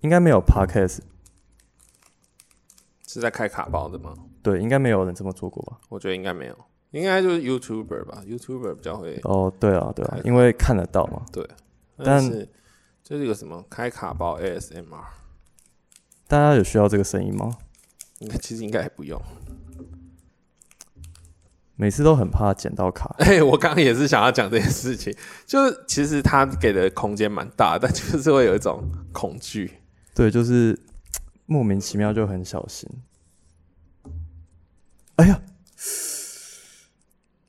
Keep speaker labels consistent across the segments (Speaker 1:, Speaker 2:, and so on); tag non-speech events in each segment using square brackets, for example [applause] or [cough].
Speaker 1: 应该没有 podcast，
Speaker 2: 是在开卡包的吗？
Speaker 1: 对，应该没有人这么做过吧？
Speaker 2: 我觉得应该没有，应该就是 YouTuber 吧，YouTuber 比较会。
Speaker 1: 哦，对啊，对啊
Speaker 2: 还，
Speaker 1: 因为看得到嘛。但
Speaker 2: 是就是一个什么开卡包 ASMR，
Speaker 1: 大家有需要这个声音吗？
Speaker 2: 应该其实应该也不用。 [laughs]
Speaker 1: 每次都很怕捡到卡，
Speaker 2: 哎、我刚刚也是想要讲这件事情，就是其实他给的空间蛮大，但就是会有一种恐惧。
Speaker 1: 对，就是嘖莫名其妙就很小心。哎呀，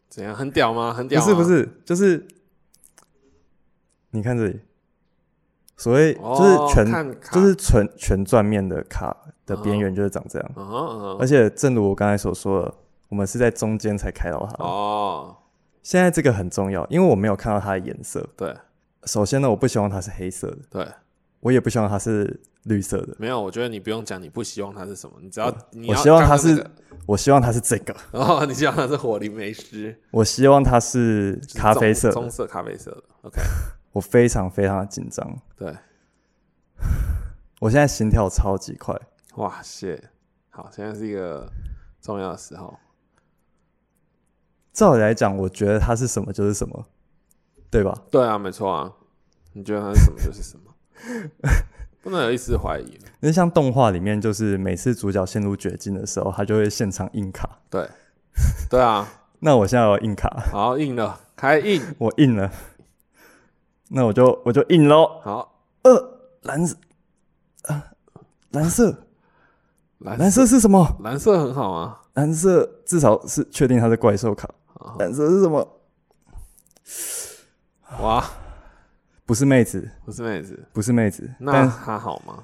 Speaker 2: 怎样？很屌吗？很
Speaker 1: 不
Speaker 2: 屌、
Speaker 1: 是不，是，就是你看这里，所谓就是全、
Speaker 2: 哦、看卡哦
Speaker 1: 就是全全钻面的卡的边缘就是长这样，
Speaker 2: 嗯哼嗯哼
Speaker 1: 而且正如我刚才所说的，我们是在中间才开到它。
Speaker 2: 哦，
Speaker 1: 现在这个很重要，因为我没有看到它的颜色。
Speaker 2: 对
Speaker 1: 首先呢，我不希望它是黑色的，
Speaker 2: 对，
Speaker 1: 我也不希望它是绿色的，
Speaker 2: 没有，我觉得你不用讲，你不希望它是什么，你只要你
Speaker 1: 我
Speaker 2: 要
Speaker 1: 希望
Speaker 2: 刚
Speaker 1: 它
Speaker 2: 刚那
Speaker 1: 是
Speaker 2: 个，
Speaker 1: 我希望它是这个，
Speaker 2: 哦，你希望它是火灵梅师，
Speaker 1: 我希望它是
Speaker 2: 就是
Speaker 1: 咖啡
Speaker 2: 棕
Speaker 1: 色的
Speaker 2: 棕。色咖啡色的，OK， [laughs]
Speaker 1: 我非常非常的紧张，
Speaker 2: 对，
Speaker 1: 我现在心跳超级快，
Speaker 2: 哇塞，好，现在是一个重要的时候，
Speaker 1: 照理来讲，我觉得它是什么就是什么，对吧？
Speaker 2: 对啊，没错啊，你觉得它是什么就是什么， [laughs] 不能有一丝怀疑，
Speaker 1: 因为像动画里面，就是每次主角陷入绝境的时候，他就会现场印卡。
Speaker 2: 对，对啊，
Speaker 1: 那我现在要印卡，
Speaker 2: 好硬了，开硬，
Speaker 1: 我印了，那我就我就印喽。
Speaker 2: 好，
Speaker 1: 呃，蓝色，啊，蓝色，
Speaker 2: 蓝
Speaker 1: 蓝色是什么？
Speaker 2: 蓝色很好啊，
Speaker 1: 蓝色至少是确定它是怪兽卡。
Speaker 2: 好
Speaker 1: 蓝色是什么？
Speaker 2: 哇，
Speaker 1: 不是妹子，
Speaker 2: 不是妹子，
Speaker 1: 不是妹子。
Speaker 2: 那
Speaker 1: 但
Speaker 2: 它好吗？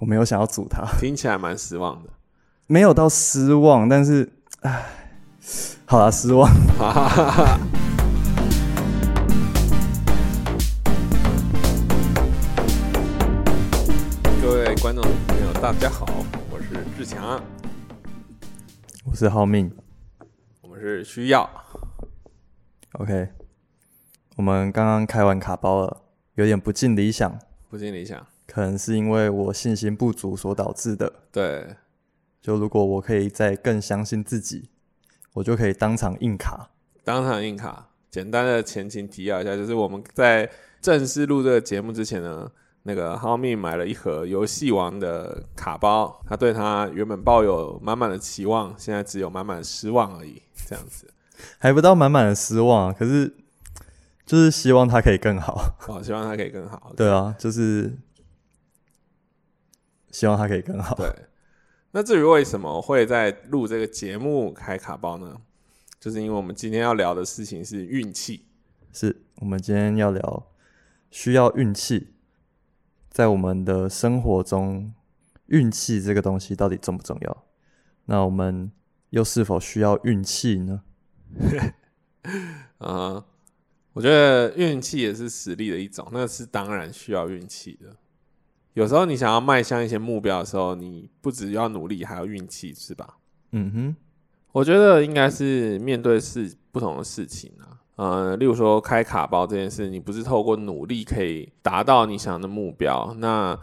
Speaker 1: 我没有想要组它，
Speaker 2: 听起来蛮失望的。
Speaker 1: 没有到失望，但是，唉，好啦，失望。
Speaker 2: 各位观众朋友，大家好，我是志强，
Speaker 1: 我是浩命。
Speaker 2: 我们是需要
Speaker 1: OK，我们刚刚开完卡包了，有点不尽理想，
Speaker 2: 不尽理想，
Speaker 1: 可能是因为我信心不足所导致的。
Speaker 2: 对，
Speaker 1: 就如果我可以再更相信自己，我就可以当场硬卡。
Speaker 2: 当场硬卡。简单的前情提要一下，就是我们在正式录这个节目之前呢，那个浩密买了一盒游戏王的卡包，他对他原本抱有满满的期望，现在只有满满的失望而已，这样子。
Speaker 1: 还不到满满的失望、啊，可是就是希望它可以更好。
Speaker 2: 好，希望他可以更好。
Speaker 1: 对啊，就是希望它可以更好。
Speaker 2: 对，那至于为什么会在录这个节目开卡包呢？就是因为我们今天要聊的事情是运气。
Speaker 1: 是我们今天要聊需要运气，在我们的生活中，运气这个东西到底重不重要？那我们又是否需要运气呢？
Speaker 2: 啊、我觉得运气也是实力的一种，那是当然需要运气的。有时候你想要迈向一些目标的时候，你不只要努力，还要运气，是吧？
Speaker 1: 嗯哼，
Speaker 2: 我觉得应该是面对事不同的事情啊，呃，例如说开卡包这件事，你不是透过努力可以达到你想的目标，那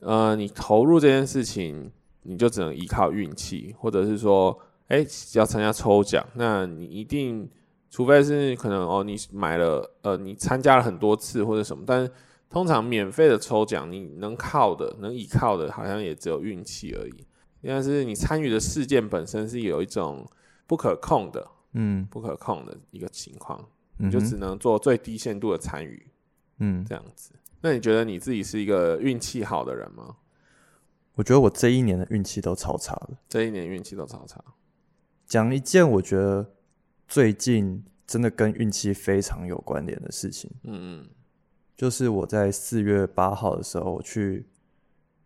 Speaker 2: 呃，你投入这件事情，你就只能依靠运气，或者是说，哎、要参加抽奖，那你一定，除非是可能哦，你买了，呃，你参加了很多次或者什么，但是通常免费的抽奖，你能靠的、能依靠的，好像也只有运气而已。应该是你参与的事件本身是有一种不可控的、
Speaker 1: 嗯，
Speaker 2: 不可控的一个情况，
Speaker 1: 嗯
Speaker 2: 你就
Speaker 1: 哼
Speaker 2: 只能做最低限度的参与，
Speaker 1: 嗯，
Speaker 2: 这样子。那你觉得你自己是一个运气好的人吗？
Speaker 1: 我觉得我这一年的运气都超差了。
Speaker 2: 这一年运气都超差，
Speaker 1: 讲一件我觉得最近真的跟运气非常有关联的事情，
Speaker 2: 嗯嗯，
Speaker 1: 就是我在四月八号的时候我去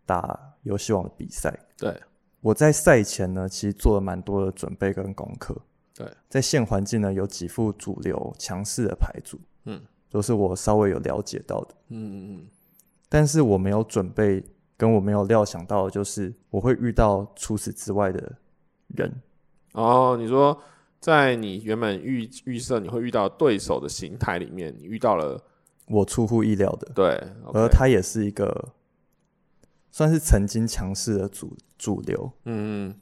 Speaker 1: 打游戏王的比赛。
Speaker 2: 对，
Speaker 1: 我在赛前呢，其实做了蛮多的准备跟功课。
Speaker 2: 对，
Speaker 1: 在现环境呢，有几副主流强势的牌组，
Speaker 2: 嗯，
Speaker 1: 都是我稍微有了解到的。
Speaker 2: 嗯嗯
Speaker 1: 但是我没有准备，跟我没有料想到的就是我会遇到除此之外的人。
Speaker 2: 嗯。哦，你说在你原本预预设你会遇到对手的形态里面，你遇到了
Speaker 1: 我出乎意料的，
Speaker 2: 对，OK，
Speaker 1: 而它也是一个算是曾经强势的主主流。
Speaker 2: 嗯嗯，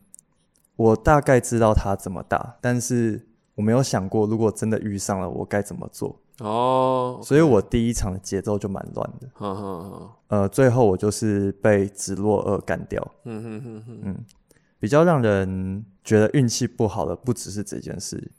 Speaker 1: 我大概知道它这么大，但是我没有想过，如果真的遇上了，我该怎么做。
Speaker 2: 哦，
Speaker 1: 所以我第一场的节奏就蛮乱的。
Speaker 2: 好好好，
Speaker 1: 呃，最后我就是被直落二干掉。
Speaker 2: 嗯哼哼哼，
Speaker 1: 比较让人觉得运气不好的不只是这件事。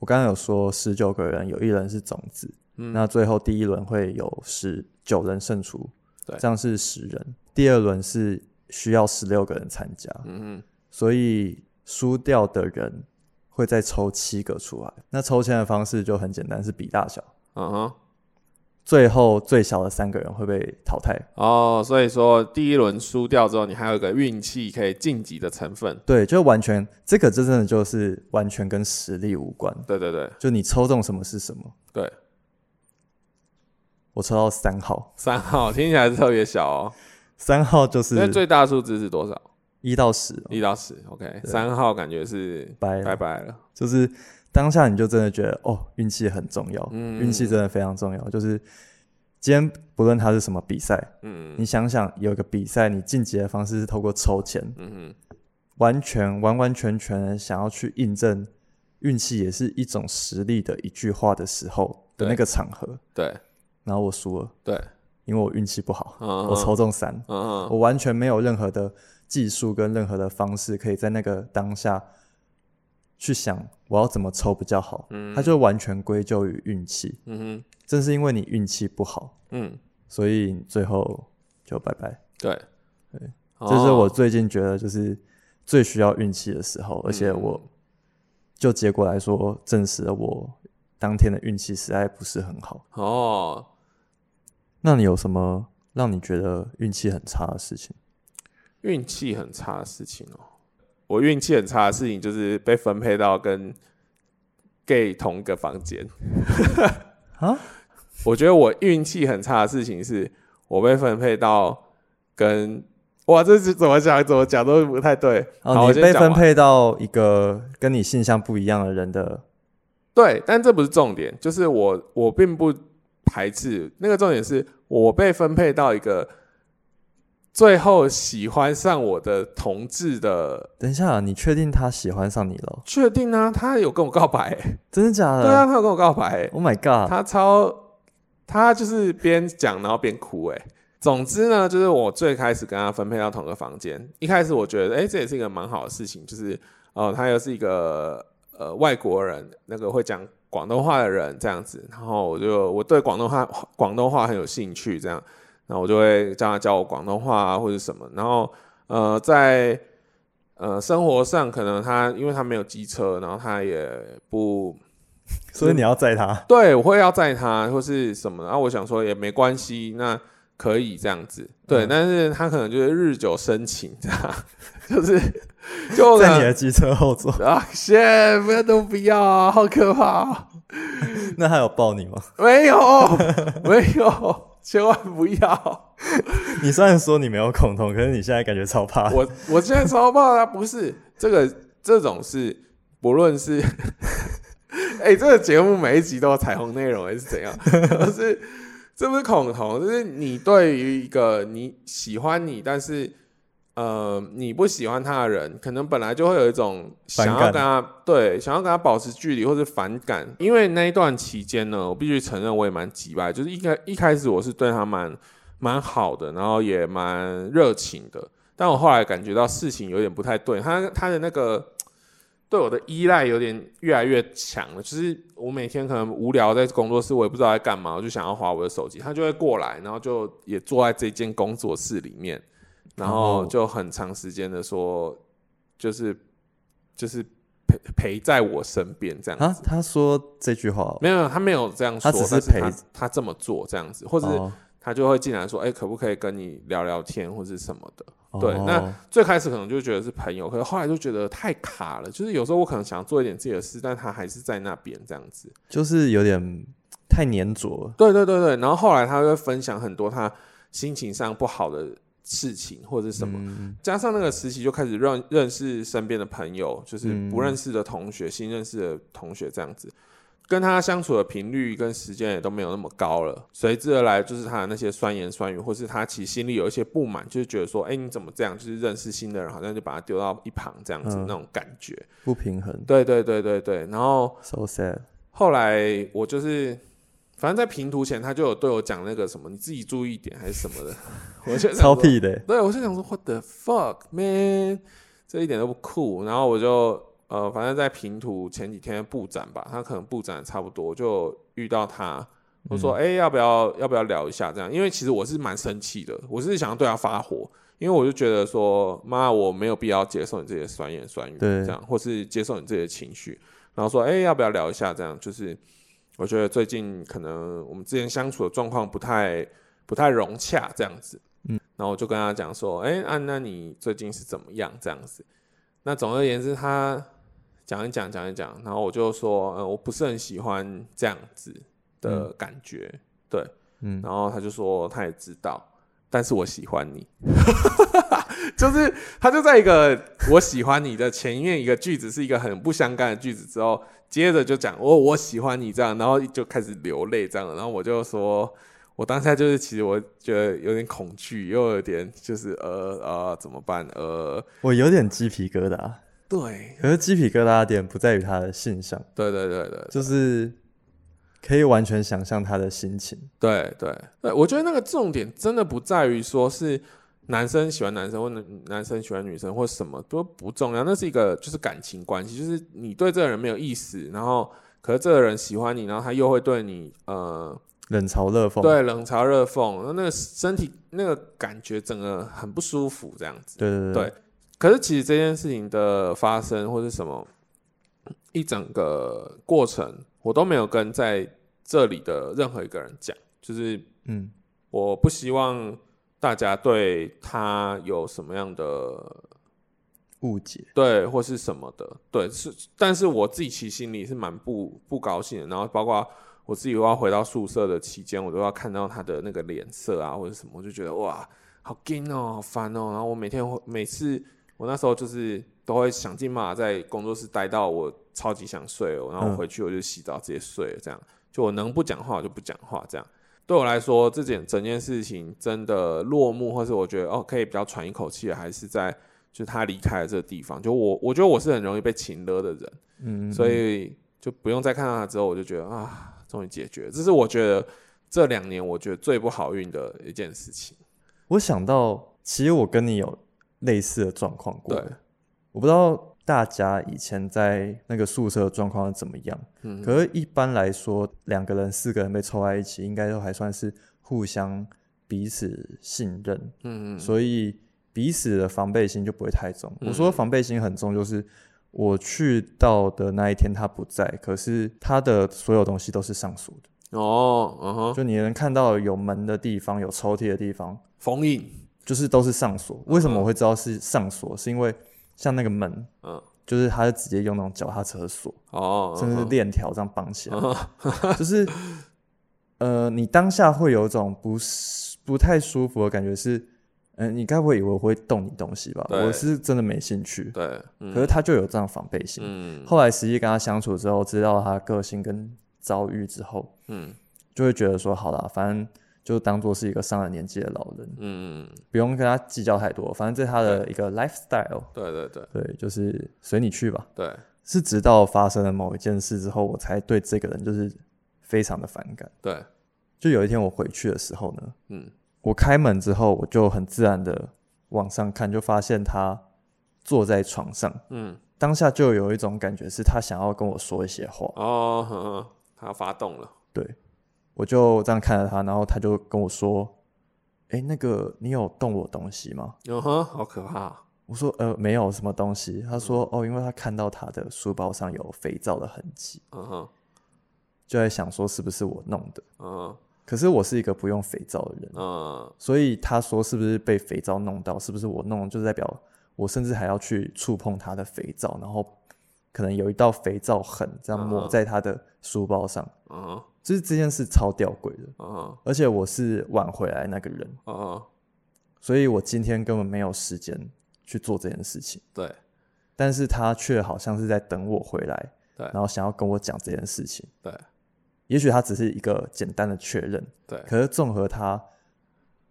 Speaker 1: 我刚刚有说十九个人有一人是种子，
Speaker 2: 嗯
Speaker 1: 那最后第一轮会有十九人胜出，
Speaker 2: 对
Speaker 1: 这样是十人。第二轮是需要十六个人参加，
Speaker 2: 嗯
Speaker 1: 所以输掉的人会再抽七个出来。那抽签的方式就很简单，是比大小，
Speaker 2: 哼，嗯哼，
Speaker 1: 最后最小的三个人会被淘汰。
Speaker 2: 哦，所以说第一轮输掉之后，你还有一个运气可以晋级的成分。
Speaker 1: 对，就完全这个真正的就是完全跟实力无关，
Speaker 2: 对对对
Speaker 1: 就你抽中什么是什么。
Speaker 2: 对，
Speaker 1: 我抽到三号，
Speaker 2: 三号听起来特别小哦，
Speaker 1: 三号就
Speaker 2: 那
Speaker 1: 是
Speaker 2: 最大数字是多少？
Speaker 1: 一到十，
Speaker 2: 一到十，OK，三号感觉是
Speaker 1: 拜
Speaker 2: 拜
Speaker 1: 了，
Speaker 2: 拜了。
Speaker 1: 就是当下你就真的觉得哦，运气很重要，
Speaker 2: 嗯
Speaker 1: 运气真的非常重要。就是今天不论它是什么比赛，
Speaker 2: 嗯
Speaker 1: 你想想有一个比赛，你晋级的方式是透过抽签，
Speaker 2: 嗯
Speaker 1: 完全完完全全想要去印证运气也是一种实力的一句话的时候的
Speaker 2: 对
Speaker 1: 那个场合，
Speaker 2: 哼，对
Speaker 1: 然后我输了，
Speaker 2: 对，
Speaker 1: 因为我运气不好，
Speaker 2: 嗯，
Speaker 1: 我抽中三，
Speaker 2: 嗯嗯
Speaker 1: 我完全没有任何的技术跟任何的方式可以在那个当下去想我要怎么抽比较好，
Speaker 2: 嗯
Speaker 1: 它就完全归咎于运气。
Speaker 2: 嗯
Speaker 1: 正是因为你运气不好，
Speaker 2: 哼嗯，
Speaker 1: 所以你最后就拜拜。
Speaker 2: 对
Speaker 1: 对，
Speaker 2: 哦
Speaker 1: 这是我最近觉得就是最需要运气的时候，而
Speaker 2: 嗯
Speaker 1: 且我就结果来说，证实了我当天的运气实在不是很好。
Speaker 2: 哦，
Speaker 1: 那你有什么让你觉得运气很差的事情？
Speaker 2: 运气很差的事情哦。我运气很差的事情就是被分配到跟 gay 同一个房间
Speaker 1: [laughs] 啊。
Speaker 2: 我觉得我运气很差的事情是我被分配到跟哇，这是怎么讲？怎么讲都不太对。好，
Speaker 1: 哦，
Speaker 2: 我
Speaker 1: 你
Speaker 2: 先
Speaker 1: 被
Speaker 2: 讲
Speaker 1: 分
Speaker 2: 完
Speaker 1: 配到一个跟你性向不一样的人的，
Speaker 2: 对，但这不是重点，就是我我并不排斥那个重点是我被分配到一个最后喜欢上我的同志的，
Speaker 1: 等一下，你确定他喜欢上你了？
Speaker 2: 确定啊，他有跟我告白欸、
Speaker 1: 真的假的？
Speaker 2: 对啊，他有跟我告白欸、
Speaker 1: [laughs] ，Oh my god！
Speaker 2: 他超，他就是边讲然后边哭哎、总之呢，就是我最开始跟他分配到同个房间，一开始我觉得哎、诶这也是一个蛮好的事情，就是哦、呃他又是一个呃外国人，那个会讲广东话的人这样子，然后我就我对广东话广东话很有兴趣这样，然后我就会叫他教我广东话啊或者什么，然后呃在。呃，生活上可能他因为他没有机车，然后他也不
Speaker 1: 所以你要载他，
Speaker 2: 对，我会要载他或是什么的，然、啊后我想说也没关系，那可以这样子。对，
Speaker 1: 嗯
Speaker 2: 但是他可能就是日久生情，这样
Speaker 1: [laughs]
Speaker 2: 就是就
Speaker 1: 在你
Speaker 2: 可
Speaker 1: 的机车后座，
Speaker 2: 能啊，谢不要都不要啊，好可怕啊、
Speaker 1: 那他有抱你吗？ [laughs]
Speaker 2: 没有没有，千万不要！
Speaker 1: 你虽然说你没有恐同，可是你现在感觉超怕。
Speaker 2: 我我现在超怕他，不是这个这种是不论是。 [laughs] 哎、这个节目每一集都有彩虹内容，还是怎样？ [laughs] 就是这不是恐同，就是你对于一个你喜欢你，但是呃你不喜欢他的人，可能本来就会有一种想要
Speaker 1: 反感
Speaker 2: 跟他对想要跟他保持距离或是反感。因为那一段期间呢，我必须承认我也蛮急吧，就是一开一开始我是对他蛮蛮好的，然后也蛮热情的，但我后来感觉到事情有点不太对，他他的那个。对我的依赖有点越来越强了，就是我每天可能无聊在工作室，我也不知道在干嘛，我就想要划我的手机，他就会过来，然后就也坐在这间工作室里面，然后
Speaker 1: 哦
Speaker 2: 就很长时间的说，就是就是陪陪在我身边这样
Speaker 1: 啊
Speaker 2: 子，。
Speaker 1: 他说这句话哦，
Speaker 2: 没有，他没有这样
Speaker 1: 他
Speaker 2: 说，
Speaker 1: 只是
Speaker 2: 但
Speaker 1: 陪
Speaker 2: 他他这么做这样子，或者是
Speaker 1: 哦
Speaker 2: 他就会进来说，哎、可不可以跟你聊聊天，或是什么的。
Speaker 1: 哦
Speaker 2: 对那最开始可能就觉得是朋友，可是后来就觉得太卡了。就是有时候我可能想做一点自己的事，但他还是在那边这样子。
Speaker 1: 就是有点太粘着了。
Speaker 2: 对对对对，然后后来他会分享很多他心情上不好的事情或者是什么，
Speaker 1: 嗯
Speaker 2: 加上那个时期就开始认认识身边的朋友，就是
Speaker 1: 嗯
Speaker 2: 不认识的同学、新认识的同学这样子。跟他相处的频率跟时间也都没有那么高了，随之而来就是他的那些酸言酸语，或是他其实心里有一些不满，就是觉得说，哎、你怎么这样？就是认识新的人，好像就把他丢到一旁这样子、
Speaker 1: 嗯
Speaker 2: 那种感觉。
Speaker 1: 不平衡
Speaker 2: 对对对对对，然后
Speaker 1: ，so sad。
Speaker 2: [laughs] 后来我就是，反正在平图前他就有对我讲那个什么，你自己注意一点还是什么的，我就想说
Speaker 1: 超屁的欸、
Speaker 2: 对，我就想说 What the fuck man，这一点都不酷。然后我就呃，反正在平图前几天布展吧，他可能布展差不多，我就遇到他，我说哎、诶要不要要不要聊一下这样？因为其实我是蛮生气的，我是想要对他发火。因为我就觉得说，妈，我没有必要接受你这些酸言酸语，
Speaker 1: 对
Speaker 2: 这样，或是接受你这些情绪，然后说，哎、要不要聊一下？这样，就是我觉得最近可能我们之前相处的状况不太不太融洽，这样子。然后我就跟他讲说，哎、啊，那你最近是怎么样这样子？那总而言之，他讲一讲，讲一讲，然后我就说，嗯、我不是很喜欢这样子的感觉，对，
Speaker 1: 嗯
Speaker 2: 然后他就说他也知道，但是我喜欢你， [laughs] 就是他就在一个我喜欢你的前面一个句子是一个很不相干的句子之后，接着就讲哦我喜欢你这样，然后就开始流泪这样，然后我就说。我当下就是，其实我觉得有点恐惧，又有点就是呃呃怎么办？呃，
Speaker 1: 我有点鸡皮疙瘩。
Speaker 2: 对
Speaker 1: 可是鸡皮疙瘩的点不在于他的性向，
Speaker 2: 对对对对
Speaker 1: 就是可以完全想象他的心情。
Speaker 2: 对对对，我觉得那个重点真的不在于说是男生喜欢男生或男男生喜欢女生或什么都不重要，那是一个就是感情关系，就是你对这个人没有意思，然后可是这个人喜欢你，然后他又会对你呃
Speaker 1: 冷嘲热讽，
Speaker 2: 对冷嘲热讽，那那个身体那个感觉整个很不舒服这样子。
Speaker 1: 对对
Speaker 2: 对，可是其实这件事情的发生或是什么，一整个过程我都没有跟在这里的任何一个人讲，就是
Speaker 1: 嗯，
Speaker 2: 我不希望大家对他有什么样的
Speaker 1: 误解，
Speaker 2: 对或是什么的，对是，但是我自己其实心里是蛮不不高兴的。然后包括我自己又要回到宿舍的期间，我都要看到他的那个脸色啊或者什么，我就觉得哇，好劲哦，好烦哦。然后我每天会每次我那时候就是都会想尽办法在工作室待到我超级想睡哦，然后我
Speaker 1: 嗯
Speaker 2: 回去我就洗澡直接睡了，这样就我能不讲话我就不讲话这样。对我来说，这件整件事情真的落幕，或是我觉得哦可以比较喘一口气，还是在就是他离开了这个地方。就我我觉得我是很容易被情勒的人，
Speaker 1: 嗯，
Speaker 2: 所以就不用再看到他之后，我就觉得啊，终于解决了。这是我觉得这两年我觉得最不好运的一件事情。
Speaker 1: 我想到，其实我跟你有类似的状况过
Speaker 2: 对，，
Speaker 1: 我不知道大家以前在那个宿舍的状况是怎么样，
Speaker 2: 嗯，
Speaker 1: 可是一般来说，两个人、四个人被凑在一起，应该都还算是互相彼此信任，
Speaker 2: 嗯嗯
Speaker 1: 所以彼此的防备心就不会太重。我说防备心很重，就是我去到的那一天他不在，可是他的所有东西都是上锁的，
Speaker 2: 哦，嗯哼，
Speaker 1: 就你能看到有门的地方、有抽屉的地方，
Speaker 2: 封印，
Speaker 1: 就是都是上锁。
Speaker 2: 嗯
Speaker 1: 为什么我会知道是上锁？是因为像那个门，
Speaker 2: 嗯，
Speaker 1: 就是他是直接用那种脚踏车的锁，
Speaker 2: 哦，
Speaker 1: 甚至是
Speaker 2: 嗯哼
Speaker 1: 链条这样绑起来， [laughs] 就是呃，你当下会有一种不是不太舒服的感觉是，嗯、你该不会以为我会动你东西吧？
Speaker 2: 对
Speaker 1: 我是真的没兴趣，
Speaker 2: 对，嗯
Speaker 1: 可是他就有这样防备心。
Speaker 2: 嗯
Speaker 1: 后来实际跟他相处之后，知道他个性跟遭遇之后，
Speaker 2: 嗯
Speaker 1: 就会觉得说，好啦，反正就当做是一个上了年纪的老人，
Speaker 2: 嗯，
Speaker 1: 不用跟他计较太多，反正这是他的一个 lifestyle，
Speaker 2: 对对对
Speaker 1: 对，就是随你去吧。
Speaker 2: 对
Speaker 1: 是直到发生了某一件事之后，我才对这个人就是非常的反感。
Speaker 2: 对，
Speaker 1: 就有一天我回去的时候呢，
Speaker 2: 嗯
Speaker 1: 我开门之后，我就很自然的往上看，就发现他坐在床上，
Speaker 2: 嗯，
Speaker 1: 当下就有一种感觉是他想要跟我说一些话。
Speaker 2: 哦，嗯嗯他发动了，
Speaker 1: 对，我就这样看着他，然后他就跟我说：“哎，那个你有动我东西吗
Speaker 2: 嗯哼，好可怕，？”啊
Speaker 1: 我说：“呃，没有什么东西。”他说：“哦，因为他看到他的书包上有肥皂的痕迹，
Speaker 2: 嗯哼
Speaker 1: 就在想说是不是我弄的。”
Speaker 2: 嗯
Speaker 1: 可是我是一个不用肥皂的人，
Speaker 2: 嗯
Speaker 1: 所以他说是不是被肥皂弄到，是不是我弄，就代表我甚至还要去触碰他的肥皂，然后可能有一道肥皂痕这样抹在他的书包上，
Speaker 2: 嗯
Speaker 1: 就是这件事超吊诡的。
Speaker 2: 嗯
Speaker 1: 而且我是晚回来那个人，
Speaker 2: 嗯，
Speaker 1: 所以我今天根本没有时间去做这件事情，
Speaker 2: 对，
Speaker 1: 但是他却好像是在等我回来，
Speaker 2: 对
Speaker 1: 然后想要跟我讲这件事情，
Speaker 2: 对，
Speaker 1: 也许他只是一个简单的确认，
Speaker 2: 对
Speaker 1: 可是综合他，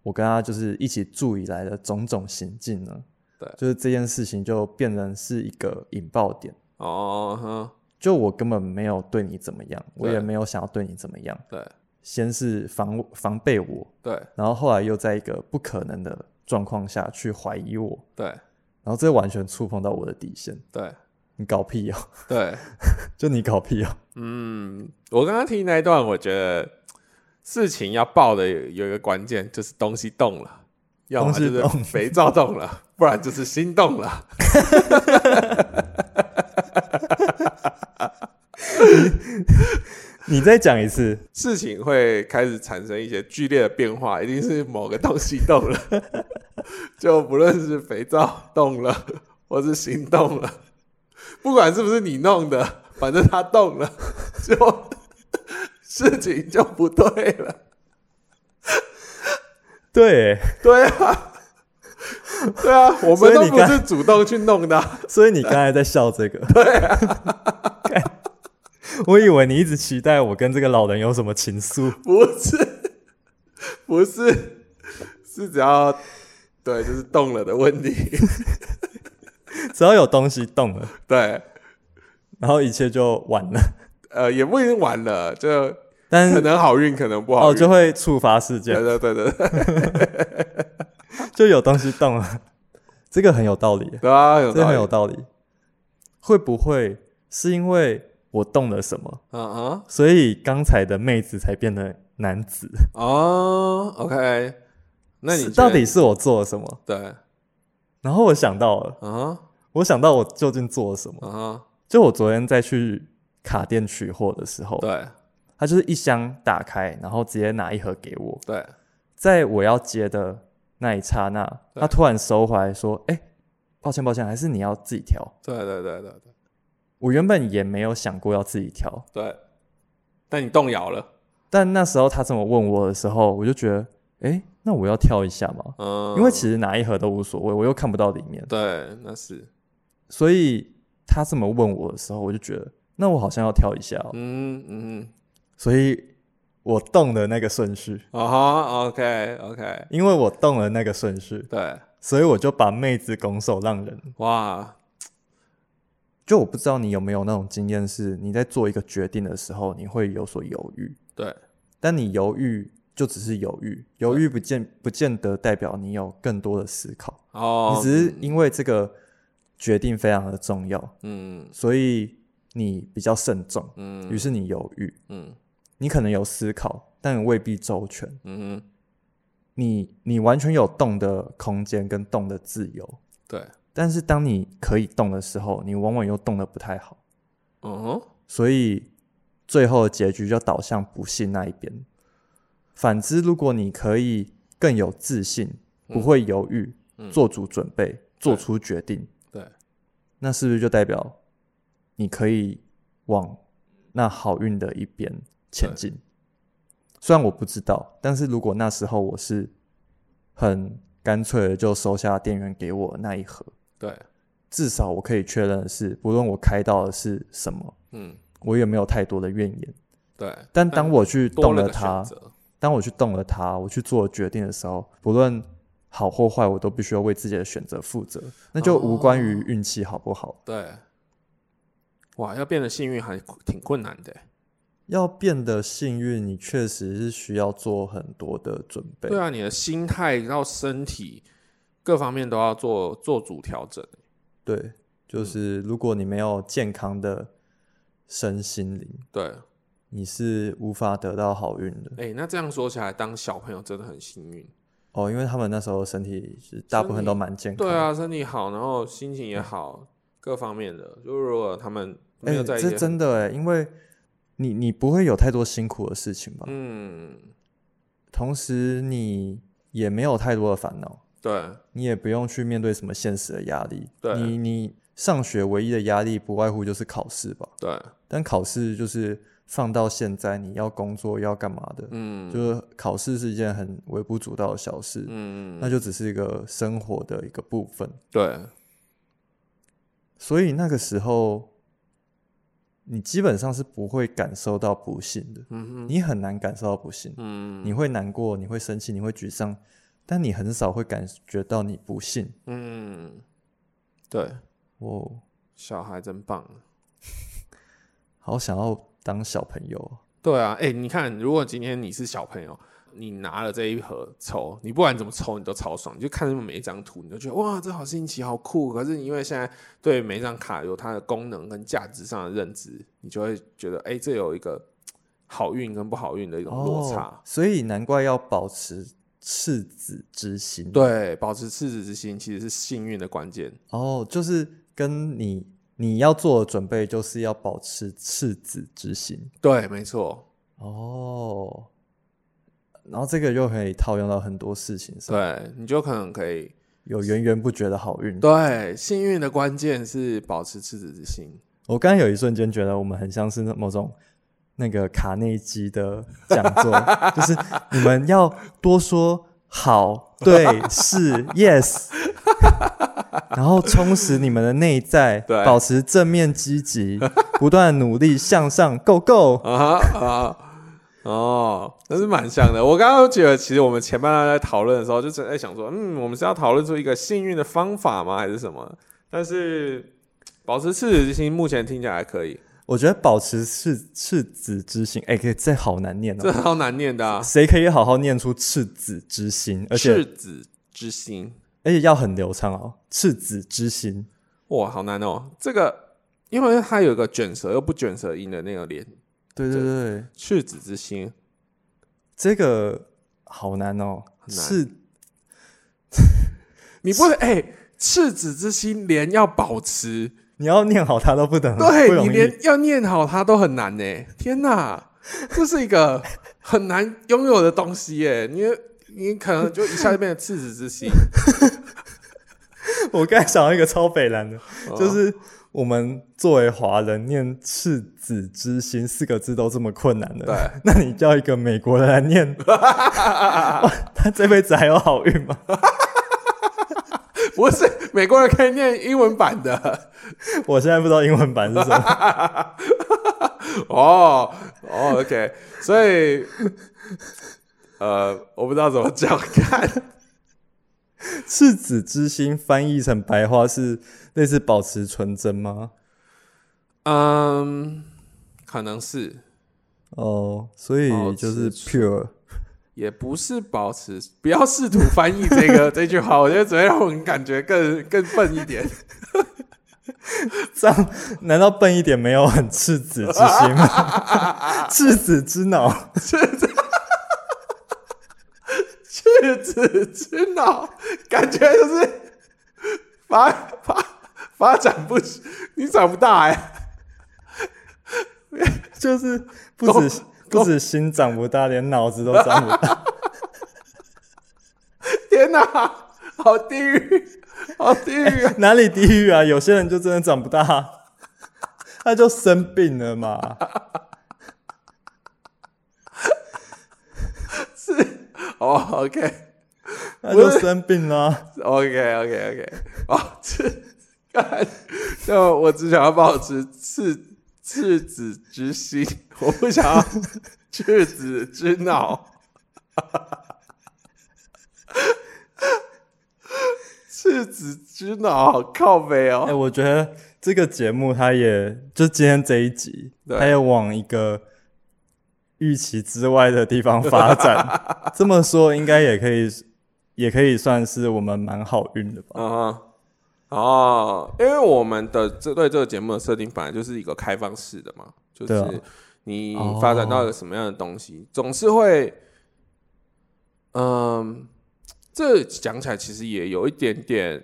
Speaker 1: 我跟他就是一起住以来的种种行径呢，
Speaker 2: 对
Speaker 1: 就是这件事情就变成是一个引爆点。
Speaker 2: 哦，哼，
Speaker 1: 就我根本没有对你怎么样，我
Speaker 2: 对
Speaker 1: 也没有想要对你怎么样。
Speaker 2: 对
Speaker 1: 先是防防备我，
Speaker 2: 对
Speaker 1: 然后后来又在一个不可能的状况下去怀疑我，
Speaker 2: 对
Speaker 1: 然后这完全触碰到我的底线。
Speaker 2: 对
Speaker 1: 你搞屁哦！ [laughs]
Speaker 2: 对，
Speaker 1: 就你搞屁哦！
Speaker 2: 嗯，我刚刚听那一段，我觉得事情要爆的有有一个关键就是东西动了，要么就
Speaker 1: 东西
Speaker 2: 是
Speaker 1: 动
Speaker 2: 肥皂动了，不然就是心动了。
Speaker 1: 你再讲一次，
Speaker 2: 事情会开始产生一些剧烈的变化，一定是某个东西动了， [laughs] 就不论是肥皂动了，或是心动了，不管是不是你弄的，反正它动了， [laughs] 就事情就不对了。
Speaker 1: 对，
Speaker 2: 对啊，对啊，我
Speaker 1: 所
Speaker 2: 们
Speaker 1: 以
Speaker 2: 都
Speaker 1: 你
Speaker 2: 不
Speaker 1: 刚
Speaker 2: 是主动去弄的啊、 [laughs]
Speaker 1: 所以你刚才在笑这个。对啊， [laughs] 我以为你一直期待我跟这个老人有什么情愫。
Speaker 2: [laughs] 不是，不是，是只要对，就是动了的问题， [laughs]
Speaker 1: 只要有东西动了，
Speaker 2: 对，
Speaker 1: 然后一切就完了。
Speaker 2: 呃，也不一定完了，就
Speaker 1: 但
Speaker 2: [laughs] 可
Speaker 1: 是
Speaker 2: 能好运，可能不好
Speaker 1: 哦，
Speaker 2: 运，
Speaker 1: 就会触发事件
Speaker 2: [laughs] 对。对对 [laughs] 对对
Speaker 1: 就有东西动了， [laughs] 这个很有道理，
Speaker 2: 对啊，有
Speaker 1: 这个
Speaker 2: 道
Speaker 1: 很
Speaker 2: 理
Speaker 1: 有，道理。会不会是因为我动了什么，
Speaker 2: 嗯嗯，
Speaker 1: 所以刚才的妹子才变得男子？
Speaker 2: 哦，OK，那你
Speaker 1: 是
Speaker 2: 觉得
Speaker 1: 到底是我做了什么？
Speaker 2: 对，
Speaker 1: 然后我想到了，
Speaker 2: 嗯哼
Speaker 1: 我想到我究竟做了什么。
Speaker 2: 嗯哼，
Speaker 1: 就我昨天再去卡店取货的时候，
Speaker 2: 对
Speaker 1: 他就是一箱打开，然后直接拿一盒给我，
Speaker 2: 对
Speaker 1: 在我要接的那一刹那，
Speaker 2: 对
Speaker 1: 他突然收回来说：“哎、抱歉抱歉，还是你要自己挑。”
Speaker 2: 对对对对对
Speaker 1: 我原本也没有想过要自己挑，
Speaker 2: 对，但你动摇了，
Speaker 1: 但那时候他这么问我的时候，我就觉得，诶，那我要挑一下嘛，
Speaker 2: 嗯，
Speaker 1: 因为其实哪一盒都无所谓，我又看不到里面，
Speaker 2: 对，那是，
Speaker 1: 所以他这么问我的时候，我就觉得，那我好像要挑一下、哦，
Speaker 2: 嗯嗯
Speaker 1: 所以我动的那个顺序，
Speaker 2: 嗯，啊哈，OK OK，
Speaker 1: 因为我动了那个顺序，
Speaker 2: 对，
Speaker 1: 所以我就把妹子拱手让人。
Speaker 2: 哇，
Speaker 1: 就我不知道你有没有那种经验，是你在做一个决定的时候，你会有所犹豫，
Speaker 2: 对
Speaker 1: 但你犹豫就只是犹豫，犹豫不见不见得代表你有更多的思考，
Speaker 2: 哦，
Speaker 1: 你只是因为这个决定非常的重要，
Speaker 2: 嗯
Speaker 1: 所以你比较慎重，
Speaker 2: 嗯
Speaker 1: 于是你犹豫，
Speaker 2: 嗯
Speaker 1: 你可能有思考，但未必周全，
Speaker 2: 嗯嗯，
Speaker 1: 你你完全有动的空间跟动的自由，
Speaker 2: 对，
Speaker 1: 但是当你可以动的时候，你往往又动的不太好，
Speaker 2: 嗯哼，
Speaker 1: 所以最后的结局就导向不幸那一边。反之，如果你可以更有自信，不会犹豫，
Speaker 2: 嗯
Speaker 1: 做足准备，做出决定，
Speaker 2: 对，
Speaker 1: 那是不是就代表你可以往那好运的一边前进？虽然我不知道，但是如果那时候我是很干脆的就收下店员给我的那一盒，
Speaker 2: 对，
Speaker 1: 至少我可以确认的是，不论我开到的是什么，
Speaker 2: 嗯
Speaker 1: 我也没有太多的怨言。
Speaker 2: 对，
Speaker 1: 但当我去
Speaker 2: 多
Speaker 1: 动
Speaker 2: 了
Speaker 1: 了
Speaker 2: 个选
Speaker 1: 它，
Speaker 2: 择，
Speaker 1: 当我去动了它，我去做决定的时候，不论好或坏，我都必须要为自己的选择负责。那就无关于运气好不好，
Speaker 2: 对，啊哇，要变得幸运还挺困难的欸，
Speaker 1: 要变得幸运，你确实是需要做很多的准备。
Speaker 2: 对啊，你的心态到身体各方面都要做做主调整，
Speaker 1: 对
Speaker 2: 嗯
Speaker 1: 就是如果你没有健康的身心灵，
Speaker 2: 对，
Speaker 1: 你是无法得到好运的。
Speaker 2: 哎，那这样说起来，当小朋友真的很幸运，
Speaker 1: 哦，因为他们那时候身体是大部分都蛮健康
Speaker 2: 对
Speaker 1: 的。
Speaker 2: 啊，身体好，然后心情也好，各方面的，就如果他们没
Speaker 1: 哎、
Speaker 2: 有在一
Speaker 1: 这
Speaker 2: 些
Speaker 1: 真的哎、因为你你不会有太多辛苦的事情吧？
Speaker 2: 嗯，
Speaker 1: 同时你也没有太多的烦恼，
Speaker 2: 对
Speaker 1: 你也不用去面对什么现实的压力。
Speaker 2: 对
Speaker 1: 你你上学唯一的压力不外乎就是考试吧？
Speaker 2: 对，
Speaker 1: 但考试就是放到现在，你要工作要干嘛的，
Speaker 2: 嗯
Speaker 1: 就是考试是一件很微不足道的小事，
Speaker 2: 嗯，
Speaker 1: 那就只是一个生活的一个部分。
Speaker 2: 对
Speaker 1: 所以那个时候，你基本上是不会感受到不幸的，嗯你很难感受到不幸，嗯，你会难过，你会生气，你会沮丧，但你很少会感觉到你不幸。哦
Speaker 2: 嗯，对，
Speaker 1: 我
Speaker 2: 小孩真棒。
Speaker 1: 好想要当小朋友哦，
Speaker 2: 对啊，哎、你看，如果今天你是小朋友，你拿了这一盒抽，你不管怎么抽，你都超爽，你就看他们每一张图，你就觉得哇，这好新奇，好酷。可是因为现在对每一张卡有它的功能跟价值上的认知，你就会觉得，哎、这有一个好运跟不好运的一种落差。
Speaker 1: 哦所以难怪要保持赤子之心。，
Speaker 2: 对，保持赤子之心其实是幸运的关键。
Speaker 1: 哦，就是跟你你要做的准备，就是要保持赤子之心。
Speaker 2: 对，没错，
Speaker 1: 哦，然后这个又可以套用到很多事情上，
Speaker 2: 对你就可能可以。
Speaker 1: 有源源不绝的好运。
Speaker 2: 对，幸运的关键是保持赤子之心。
Speaker 1: 我刚才有一瞬间觉得我们很像是那某种那个卡内基的讲座，就是你们要多说好、对、是、yes，然后充实你们的内在，
Speaker 2: 对
Speaker 1: 保持正面积极，不断努力向上，Go Go！
Speaker 2: 啊啊哦，那是蛮像的。我刚刚觉得，其实我们前半段在讨论的时候，就是在想说，嗯，我们是要讨论出一个幸运的方法吗，还是什么？但是保持赤子之心，目前听起来还可以。
Speaker 1: 我觉得保持赤赤子之心，哎、可以这好难念
Speaker 2: 这
Speaker 1: 哦。
Speaker 2: 好难念的、啊，
Speaker 1: 谁可以好好念出赤子之心？而且
Speaker 2: 赤子之心，
Speaker 1: 而且要很流畅哦，赤子之心。
Speaker 2: 哇，好难哦。这个，因为它有一个卷舌又不卷舌音的那个连，
Speaker 1: 对对对，
Speaker 2: 赤子之心，
Speaker 1: 这个好难哦，
Speaker 2: 很难
Speaker 1: 是
Speaker 2: 你不能哎、赤子之心连要保持，
Speaker 1: 你要念好它都不等，不
Speaker 2: [laughs] 对
Speaker 1: 容
Speaker 2: 你
Speaker 1: 易
Speaker 2: 连要念好它都很难呢、天哪，这是一个很难拥有的东西耶、你你可能就一下就变成赤子之心， [laughs]
Speaker 1: 我刚才想到一个超北蓝的，
Speaker 2: 哦
Speaker 1: 就是我们作为华人念“赤子之心”四个字都这么困难的，
Speaker 2: 对，
Speaker 1: [laughs] 那你叫一个美国人来
Speaker 2: [laughs]
Speaker 1: 念，哇他这辈子还有好运吗？ [laughs]
Speaker 2: 不是美国人可以念英文版的
Speaker 1: 我现在不知道英文版是什么， [laughs]
Speaker 2: 哦哦，OK，所以呃，我不知道怎么讲，看
Speaker 1: 赤子之心翻译成白话是类似保持纯真吗？
Speaker 2: 嗯，可能是
Speaker 1: 哦，所以
Speaker 2: 保持
Speaker 1: 就是
Speaker 2: 纯
Speaker 1: pure
Speaker 2: 也不是保持，不要试图翻译这个 [laughs] 这句话，我觉得只会让我们感觉更更笨一点。
Speaker 1: 这样难道笨一点没有很赤子之心吗？
Speaker 2: [laughs]
Speaker 1: 赤子之脑，
Speaker 2: 赤子之脑，感觉就是发发发展不，你长不大哎、
Speaker 1: 就是不止不止心长不大，连脑子都长不大。
Speaker 2: 天哪，好地狱，好地狱啊！
Speaker 1: 哪里地狱啊？有些人就真的长不大，他就生病了嘛。
Speaker 2: 哦，OK、
Speaker 1: 他就生病啊啦、
Speaker 2: o k OK OK OK，哦，这干，那我只想要保持赤赤子之心，我不想要赤子之脑。赤子之脑，好靠北哦！
Speaker 1: 哎、我觉得这个节目它也就今天这一集，
Speaker 2: 对
Speaker 1: 它也往一个预期之外的地方发
Speaker 2: [laughs]
Speaker 1: 展。这么说应该也可以，也可以算是我们蛮好运的吧？
Speaker 2: 嗯哼，哦，因为我们的这对这个节目的设定本来就是一个开放式的嘛，就
Speaker 1: 对啊
Speaker 2: 是你发展到一个什么样的东西，总是会，嗯，这讲起来其实也有一点点，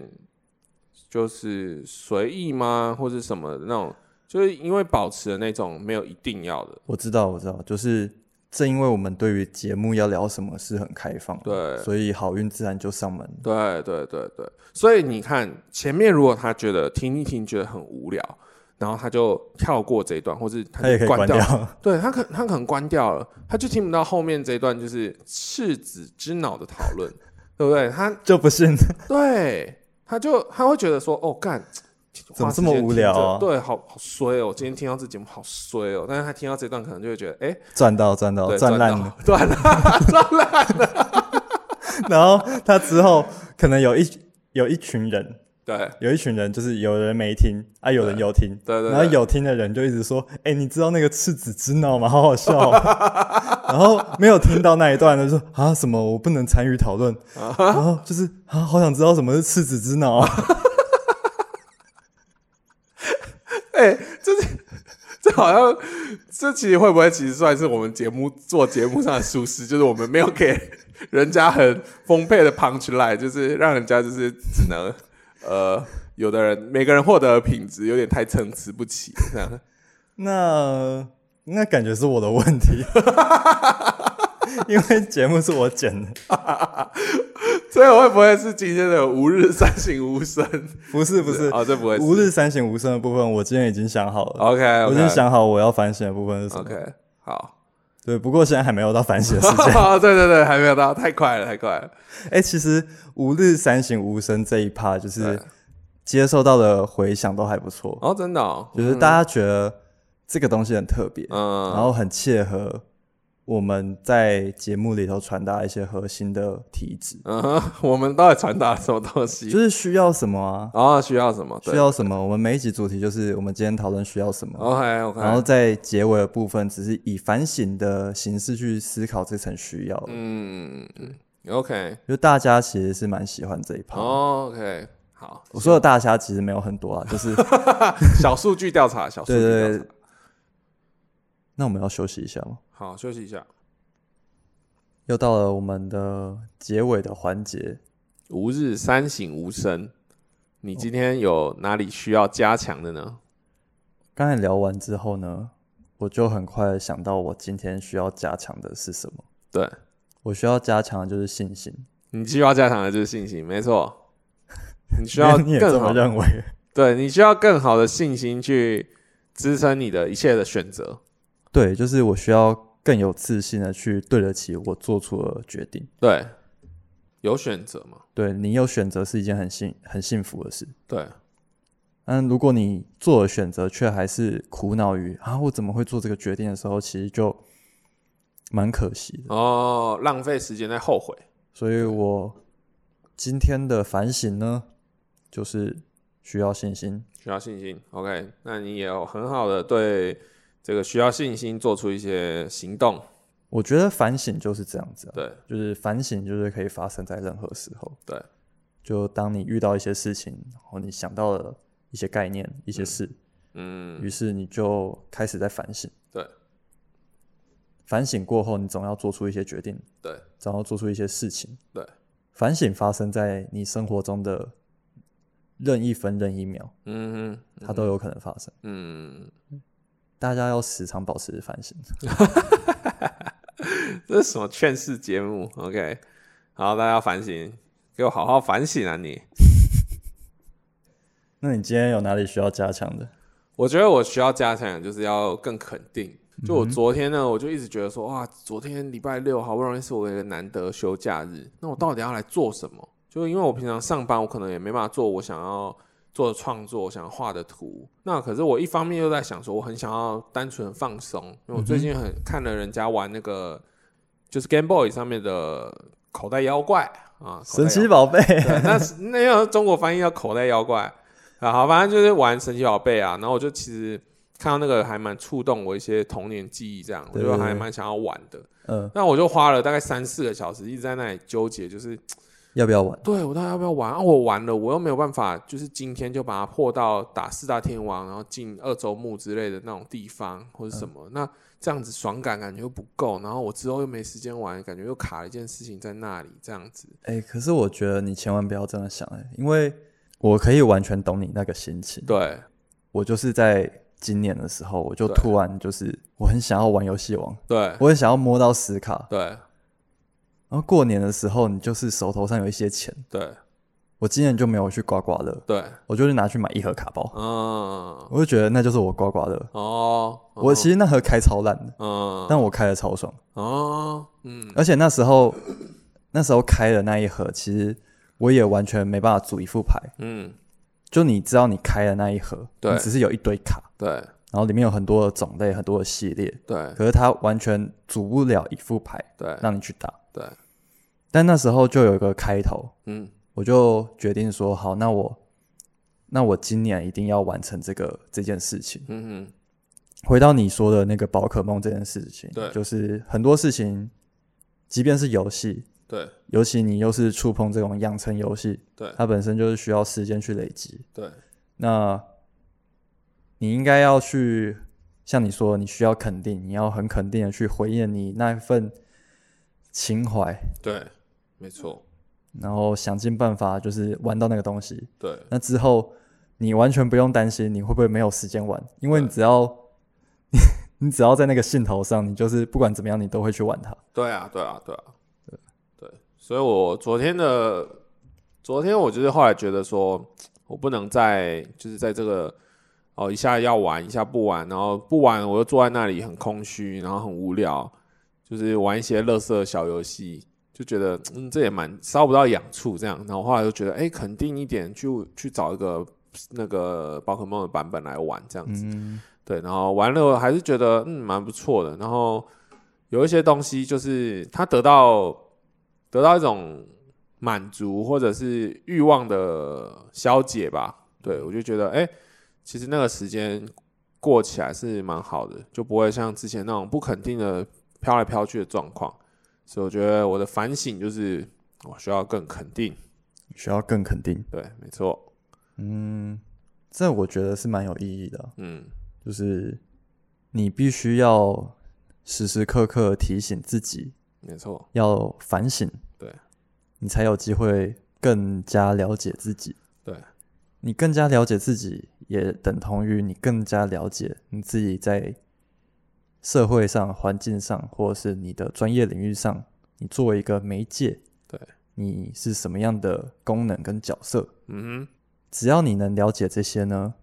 Speaker 2: 就是随意吗，或者什么的那种，就是因为保持了那种没有一定要的，
Speaker 1: 我知道，我知道，就是正因为我们对于节目要聊什么是很开放的，
Speaker 2: 对
Speaker 1: 所以好运自然就上门。
Speaker 2: 对对对对，所以你看前面，如果他觉得听一听觉得很无聊，然后他就跳过这一段，或是他
Speaker 1: 它也可
Speaker 2: 就
Speaker 1: 以关
Speaker 2: 掉，
Speaker 1: 掉。 [laughs]
Speaker 2: 对他可他可能关掉了，他就听不到后面这一段就是赤子之脑的讨论，对不对？他 [laughs]
Speaker 1: 就不信
Speaker 2: 对他就他会觉得说，哦干，
Speaker 1: 怎么这么无聊啊
Speaker 2: 花时间听着对，好好衰哦！今天听到这节目好衰哦，但是他听到这段可能就会觉得，哎、
Speaker 1: 赚到赚到
Speaker 2: 对，
Speaker 1: 哦赚烂了
Speaker 2: 了，， [laughs] 赚烂，
Speaker 1: 然后他之后可能有一有一群人，
Speaker 2: 对
Speaker 1: 有一群人就是有人没听啊，有人有听，
Speaker 2: 对对对
Speaker 1: 然后有听的人就一直说：“哎、你知道那个赤子之闹吗？好好笑哦、 [laughs] 然后没有听到那一段的就说：“啊，什么我不能参与讨
Speaker 2: [laughs]
Speaker 1: 论？”然后就是啊，好想知道什么是赤子之闹啊！
Speaker 2: 哎、这这这好像这其实会不会其实算是我们节目做节目上的疏失，就是我们没有给人家很丰沛的 punch line，就是让人家就是只能呃，有的人每个人获得的品质有点太参差不齐这样。
Speaker 1: 那那感觉是我的问题， [laughs] 因为节目是我剪的，
Speaker 2: 所以会不会是今天的吾日三省吾身？
Speaker 1: 不是不是。
Speaker 2: 哦，这不会是。
Speaker 1: 吾日三省吾身的部分，我今天已经想好了
Speaker 2: OK，, o k
Speaker 1: 我已经想好我要反省的部分是什么。
Speaker 2: OK，好。
Speaker 1: 对，不过现在还没有到反省的时间。 [laughs]
Speaker 2: 对对对，还没有到，太快了，太快了。
Speaker 1: 哎、其实吾日三省吾身这一趴，就是
Speaker 2: 对
Speaker 1: 接受到的回响都还不错，
Speaker 2: 哦，真的、哦，
Speaker 1: 就是大家觉得这个东西很特别，
Speaker 2: 嗯，
Speaker 1: 然后很切合我们在节目里头传达一些核心的体旨，
Speaker 2: 嗯哼，我们到底传达什么东西？
Speaker 1: 就是需要什么啊，
Speaker 2: 然后、需要什么？对哦
Speaker 1: 需要什么。我们每一集主题就是我们今天讨论需要什么，
Speaker 2: OK OK，
Speaker 1: 然后在结尾的部分只是以反省的形式去思考这层需要。
Speaker 2: 嗯，OK，
Speaker 1: 就大家其实是蛮喜欢这一趴。
Speaker 2: 哦 OK，好，
Speaker 1: 我说的大虾其实没有很多啊，
Speaker 2: [laughs]
Speaker 1: 就是
Speaker 2: 小数据调查，小数据
Speaker 1: 对
Speaker 2: 调
Speaker 1: 对
Speaker 2: 查
Speaker 1: 对。那我们要休息一下吗？
Speaker 2: 好，休息一下。
Speaker 1: 又到了我们的结尾的环节。
Speaker 2: 吾日三省吾身，你今天有哪里需要加强的呢？
Speaker 1: 刚才聊完之后呢，我就很快想到我今天需要加强的是什么。
Speaker 2: 对
Speaker 1: 我需要加强的就是信心。
Speaker 2: 你需要加强的就是信心，没错。你需
Speaker 1: 因为
Speaker 2: 要
Speaker 1: 你也这
Speaker 2: 更
Speaker 1: 么
Speaker 2: 好，
Speaker 1: 认为？
Speaker 2: 对你需要更好的信心去支撑你的一切的选择。
Speaker 1: 对，就是我需要更有自信的去对得起我做出的决定。
Speaker 2: 对，有选择嘛？
Speaker 1: 对你有选择是一件很幸很幸福的事。
Speaker 2: 对，
Speaker 1: 但如果你做了选择，却还是苦恼于啊，我怎么会做这个决定的时候，其实就蛮可惜的。
Speaker 2: 哦，浪费时间在后悔。
Speaker 1: 所以我今天的反省呢，就是需要信心。
Speaker 2: 需要信心。OK，那你也有很好的对这个需要信心做出一些行动。
Speaker 1: 我觉得反省就是这样子、啊，
Speaker 2: 对，
Speaker 1: 就是反省就是可以发生在任何时候。
Speaker 2: 对，
Speaker 1: 就当你遇到一些事情，然后你想到了一些概念、一些事，
Speaker 2: 嗯，
Speaker 1: 于是你就开始在反省。
Speaker 2: 对，
Speaker 1: 反省过后，你总要做出一些决定，
Speaker 2: 对，
Speaker 1: 总要做出一些事情。
Speaker 2: 对，
Speaker 1: 反省发生在你生活中的任一分、任一秒，
Speaker 2: 嗯哼
Speaker 1: 它都有可能发生。
Speaker 2: 嗯，
Speaker 1: 大家要时常保持反省。 [laughs]
Speaker 2: 这是什么劝世节目？OK，好，大家要反省，给我好好反省啊你！
Speaker 1: 那你今天有哪里需要加强的？
Speaker 2: 我觉得我需要加强，就是要更肯定。
Speaker 1: 嗯
Speaker 2: 就我昨天呢，我就一直觉得说，哇，昨天礼拜六好不容易是我一个难得休假日，那我到底要来做什么？就因为我平常上班，我可能也没办法做我想要做的创作，我想要画的图。那可是我一方面又在想说，我很想要单纯放松，因为我最近很看了人家玩那个，就是 Game Boy 上面的口袋妖怪啊，
Speaker 1: 神
Speaker 2: 口袋妖
Speaker 1: 奇宝贝， [laughs]
Speaker 2: 对，那是那要中国翻译叫口袋妖怪啊，好，反正就是玩神奇宝贝啊。然后我就其实看到那个还蛮触动我一些童年记忆，这样我
Speaker 1: 对
Speaker 2: 就
Speaker 1: 对对
Speaker 2: 还蛮想要玩的。
Speaker 1: 嗯，
Speaker 2: 那我就花了大概三四个小时一直在那里纠结，就是
Speaker 1: 要不要玩？
Speaker 2: 对我到底要不要玩啊？我玩了，我又没有办法，就是今天就把它破到打四大天王，然后进二周目之类的那种地方或者什么，
Speaker 1: 嗯
Speaker 2: 那这样子爽感感觉又不够，然后我之后又没时间玩，感觉又卡了一件事情在那里，这样子。
Speaker 1: 哎、可是我觉得你千万不要这样想、哎，因为我可以完全懂你那个心情。
Speaker 2: 对，
Speaker 1: 我就是在今年的时候，我就
Speaker 2: 对
Speaker 1: 突然就是我很想要玩游戏王，
Speaker 2: 对，
Speaker 1: 我很想要摸到实卡。
Speaker 2: 对，
Speaker 1: 然后过年的时候，你就是手头上有一些钱，
Speaker 2: 对，
Speaker 1: 我今年就没有去刮刮乐，
Speaker 2: 对。
Speaker 1: 我就是拿去买一盒卡包，
Speaker 2: 嗯，
Speaker 1: 我就觉得那就是我刮刮乐。
Speaker 2: 哦，
Speaker 1: 我其实那盒开超烂的，
Speaker 2: 嗯，
Speaker 1: 但我开的超爽，
Speaker 2: 哦，嗯，
Speaker 1: 而且那时候那时候开的那一盒，其实我也完全没办法组一副牌，
Speaker 2: 嗯，
Speaker 1: 就你知道你开的那一盒，
Speaker 2: 对
Speaker 1: 你只是有一堆卡，
Speaker 2: 对
Speaker 1: 然后里面有很多的种类，很多的系列，
Speaker 2: 对
Speaker 1: 可是它完全组不了一副牌
Speaker 2: 对
Speaker 1: 让你去打。
Speaker 2: 对，
Speaker 1: 但那时候就有一个开头，
Speaker 2: 嗯
Speaker 1: 我就决定说，好，那我那我今年一定要完成这个这件事情。
Speaker 2: 嗯嗯，
Speaker 1: 回到你说的那个宝可梦这件事情，
Speaker 2: 对
Speaker 1: 就是很多事情，即便是游戏，
Speaker 2: 对
Speaker 1: 尤其你又是触碰这种养成游戏，
Speaker 2: 对
Speaker 1: 它本身就是需要时间去累积。
Speaker 2: 对
Speaker 1: 那你应该要去，像你说，你需要肯定，你要很肯定的去回应你那份情怀，
Speaker 2: 对，没错，
Speaker 1: 然后想尽办法就是玩到那个东西。
Speaker 2: 对
Speaker 1: 那之后你完全不用担心你会不会没有时间玩，因为
Speaker 2: 对
Speaker 1: 你只要 [laughs] 你只要在那个兴头上，你就是不管怎么样你都会去玩它。
Speaker 2: 对啊，对啊，对啊，对对，所以我昨天的昨天，我就是后来觉得说，我不能再就是在这个哦一下要玩一下不玩，然后不玩我又坐在那里很空虚，然后很无聊，就是玩一些乐色小游戏，就觉得嗯这也蛮烧不到痒处这样，然后后来就觉得哎肯定一点去去找一个那个宝可梦的版本来玩这样子。
Speaker 1: 嗯，
Speaker 2: 对，然后玩了还是觉得嗯蛮不错的。然后有一些东西就是他得到得到一种满足或者是欲望的消解吧。对我就觉得哎、诶其实那个时间过起来是蛮好的，就不会像之前那种不肯定的飘来飘去的状况。所以我觉得我的反省就是我需要更肯定。
Speaker 1: 需要更肯定。
Speaker 2: 对，没错，
Speaker 1: 嗯，这我觉得是蛮有意义的啊，
Speaker 2: 嗯，
Speaker 1: 就是你必须要时时刻刻提醒自己
Speaker 2: 没错，
Speaker 1: 要反省，
Speaker 2: 对，
Speaker 1: 你才有机会更加了解自己。
Speaker 2: 对，
Speaker 1: 你更加了解自己，也等同于你更加了解你自己在社会上、环境上，或者是你的专业领域上，你作为一个媒介，
Speaker 2: 对，
Speaker 1: 你是什么样的功能跟角色。
Speaker 2: 嗯哼，
Speaker 1: 只要你能了解这些呢，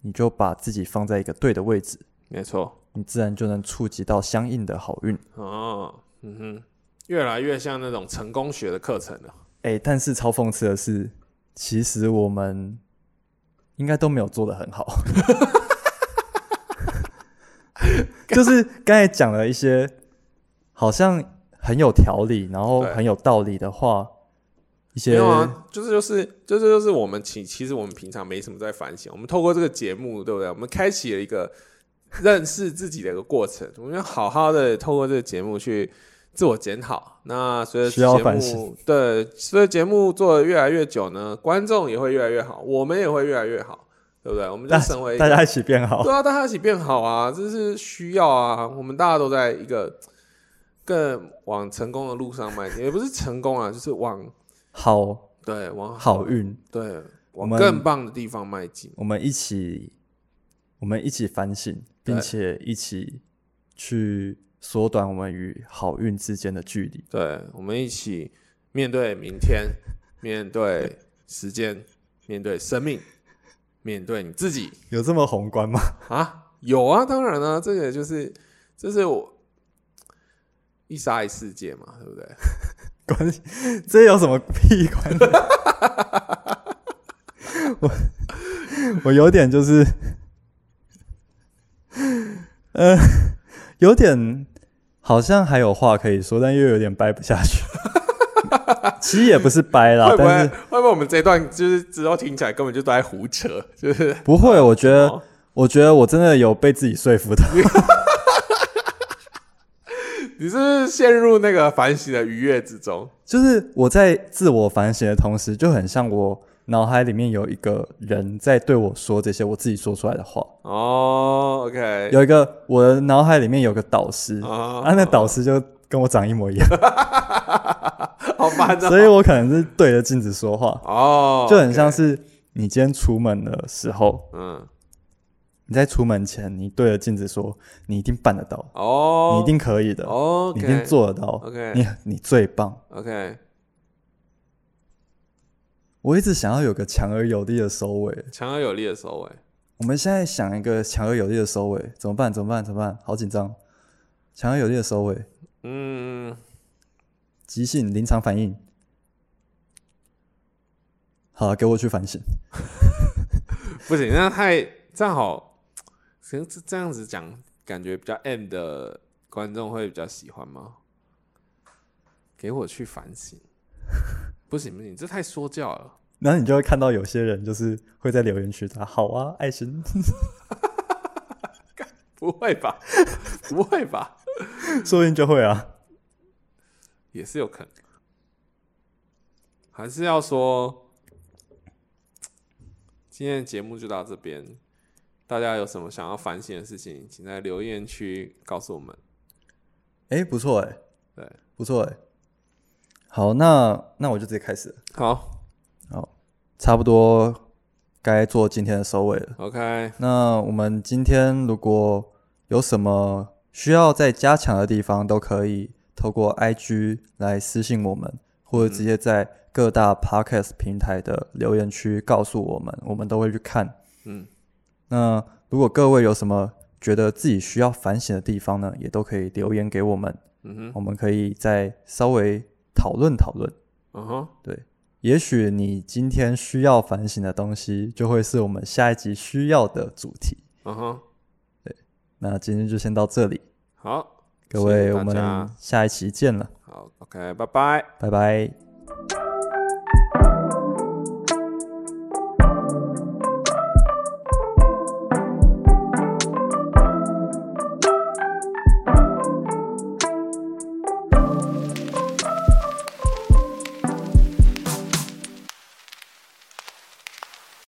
Speaker 1: 你就把自己放在一个对的位置，
Speaker 2: 没错。
Speaker 1: 你自然就能触及到相应的好运。
Speaker 2: 哦，嗯哼，越来越像那种成功学的课程了。
Speaker 1: 哎、但是超讽刺的是，其实我们应该都没有做得很好。 [laughs] 就是刚才讲了一些好像很有条理，然后
Speaker 2: 对
Speaker 1: 很有道理的话，一
Speaker 2: 没
Speaker 1: 些
Speaker 2: 有啊，就是就是就是就是我们其其实我们平常没什么在反省，我们透过这个节目，对不对？我们开启了一个认识自己的一个过程，我们要好好的透过这个节目去自我检讨。那随着
Speaker 1: 需要
Speaker 2: 节
Speaker 1: 反
Speaker 2: 目
Speaker 1: 省
Speaker 2: 对随着节目做的越来越久呢，观众也会越来越好，我们也会越来越好，对不对？我们就
Speaker 1: [laughs] 大
Speaker 2: 成为一个
Speaker 1: 大家一起变好。
Speaker 2: 对啊，大家一起变好啊，这是需要啊。我们大家都在一个更往成功的路上迈进，也不是成功啊，就是往
Speaker 1: 好
Speaker 2: 对往
Speaker 1: 好运，
Speaker 2: 对
Speaker 1: 我
Speaker 2: 往
Speaker 1: 们
Speaker 2: 更棒的地方迈进。
Speaker 1: 我们一起，我们一起反省，
Speaker 2: 对
Speaker 1: 并且一起去缩短我们与好运之间的距离。
Speaker 2: 对，我们一起面对明天，面对时间，面对生命，面对你自己
Speaker 1: 有这么宏观吗？ [laughs]
Speaker 2: 啊！有啊，当然啊，这个就是这是我一沙一世界嘛，对不对？
Speaker 1: 关系，这有什么屁关 [laughs] 系？我我有点就是，呃，有点好像还有话可以说，但又有点掰不下去。 [laughs] 其实也不是掰啦
Speaker 2: 会，不会
Speaker 1: 啊但是
Speaker 2: 会不会我们这一段就是之后听起来根本就都在胡扯， [laughs] 就是
Speaker 1: 不会，我觉得
Speaker 2: 哦，
Speaker 1: 我觉得我真的有被自己说服的。
Speaker 2: 你是不是陷入那个反省的愉悦之中？
Speaker 1: 就是我在自我反省的同时，就很像我脑海里面有一个人在对我说这些我自己说出来的话，
Speaker 2: 哦，OK，
Speaker 1: 有一个我的脑海里面有个导师，
Speaker 2: 啊
Speaker 1: 啊，那导师就跟我长一
Speaker 2: [laughs]
Speaker 1: 模一样，
Speaker 2: 好烦哦，
Speaker 1: 所以我可能是对着镜子说话，
Speaker 2: 哦，
Speaker 1: 就很像
Speaker 2: OK，
Speaker 1: 是你今天出门的时候，
Speaker 2: 嗯，
Speaker 1: 你在出门前，你对着镜子说，你一定办得到，
Speaker 2: 哦，
Speaker 1: 你一定可以的，
Speaker 2: 哦，
Speaker 1: 你一定做得到，
Speaker 2: ，OK，OK，
Speaker 1: 你你最棒。我一直想要有个强而有力的收尾，
Speaker 2: 强而有力的收尾，
Speaker 1: 我们现在想一个强而有力的收尾，怎么办？怎么办？怎么办？好紧张！强而有力的收尾，
Speaker 2: 嗯，
Speaker 1: 即兴临场反应。好了，给我去反省。
Speaker 2: 不行，那太这样好，可能这这样子讲，感觉比较 M 的观众会比较喜欢吗？给我去反省，不行不行，这太说教了。
Speaker 1: 然后你就会看到有些人就是会在留言区打“好啊，爱心
Speaker 2: [laughs] 不会吧？不会吧？”，
Speaker 1: [laughs] 说不定就会啊。
Speaker 2: 也是有可能，还是要说，今天的节目就到这边。大家有什么想要反省的事情，请在留言区告诉我们。
Speaker 1: 哎，不错哎，
Speaker 2: 对，
Speaker 1: 不错哎。好，那那我就直接开始了，
Speaker 2: 好
Speaker 1: 差不多该做今天的收尾了。
Speaker 2: ，OK，
Speaker 1: 那我们今天如果有什么需要再加强的地方，都可以透过 IG 来私信我们，或者直接在各大 Podcast 平台的留言区告诉我们，我们都会去看。
Speaker 2: 嗯，
Speaker 1: 那如果各位有什么觉得自己需要反省的地方呢，也都可以留言给我们，
Speaker 2: 嗯哼，
Speaker 1: 我们可以再稍微讨论讨论。
Speaker 2: 嗯哼，
Speaker 1: 也许你今天需要反省的东西，就会是我们下一集需要的主题。
Speaker 2: 嗯哼，
Speaker 1: 那今天就先到这里，
Speaker 2: 好，
Speaker 1: 各
Speaker 2: 谢谢
Speaker 1: 位，
Speaker 2: 大
Speaker 1: 我们
Speaker 2: 家
Speaker 1: 下一期见了，
Speaker 2: 好，OK，拜拜。
Speaker 1: 拜拜。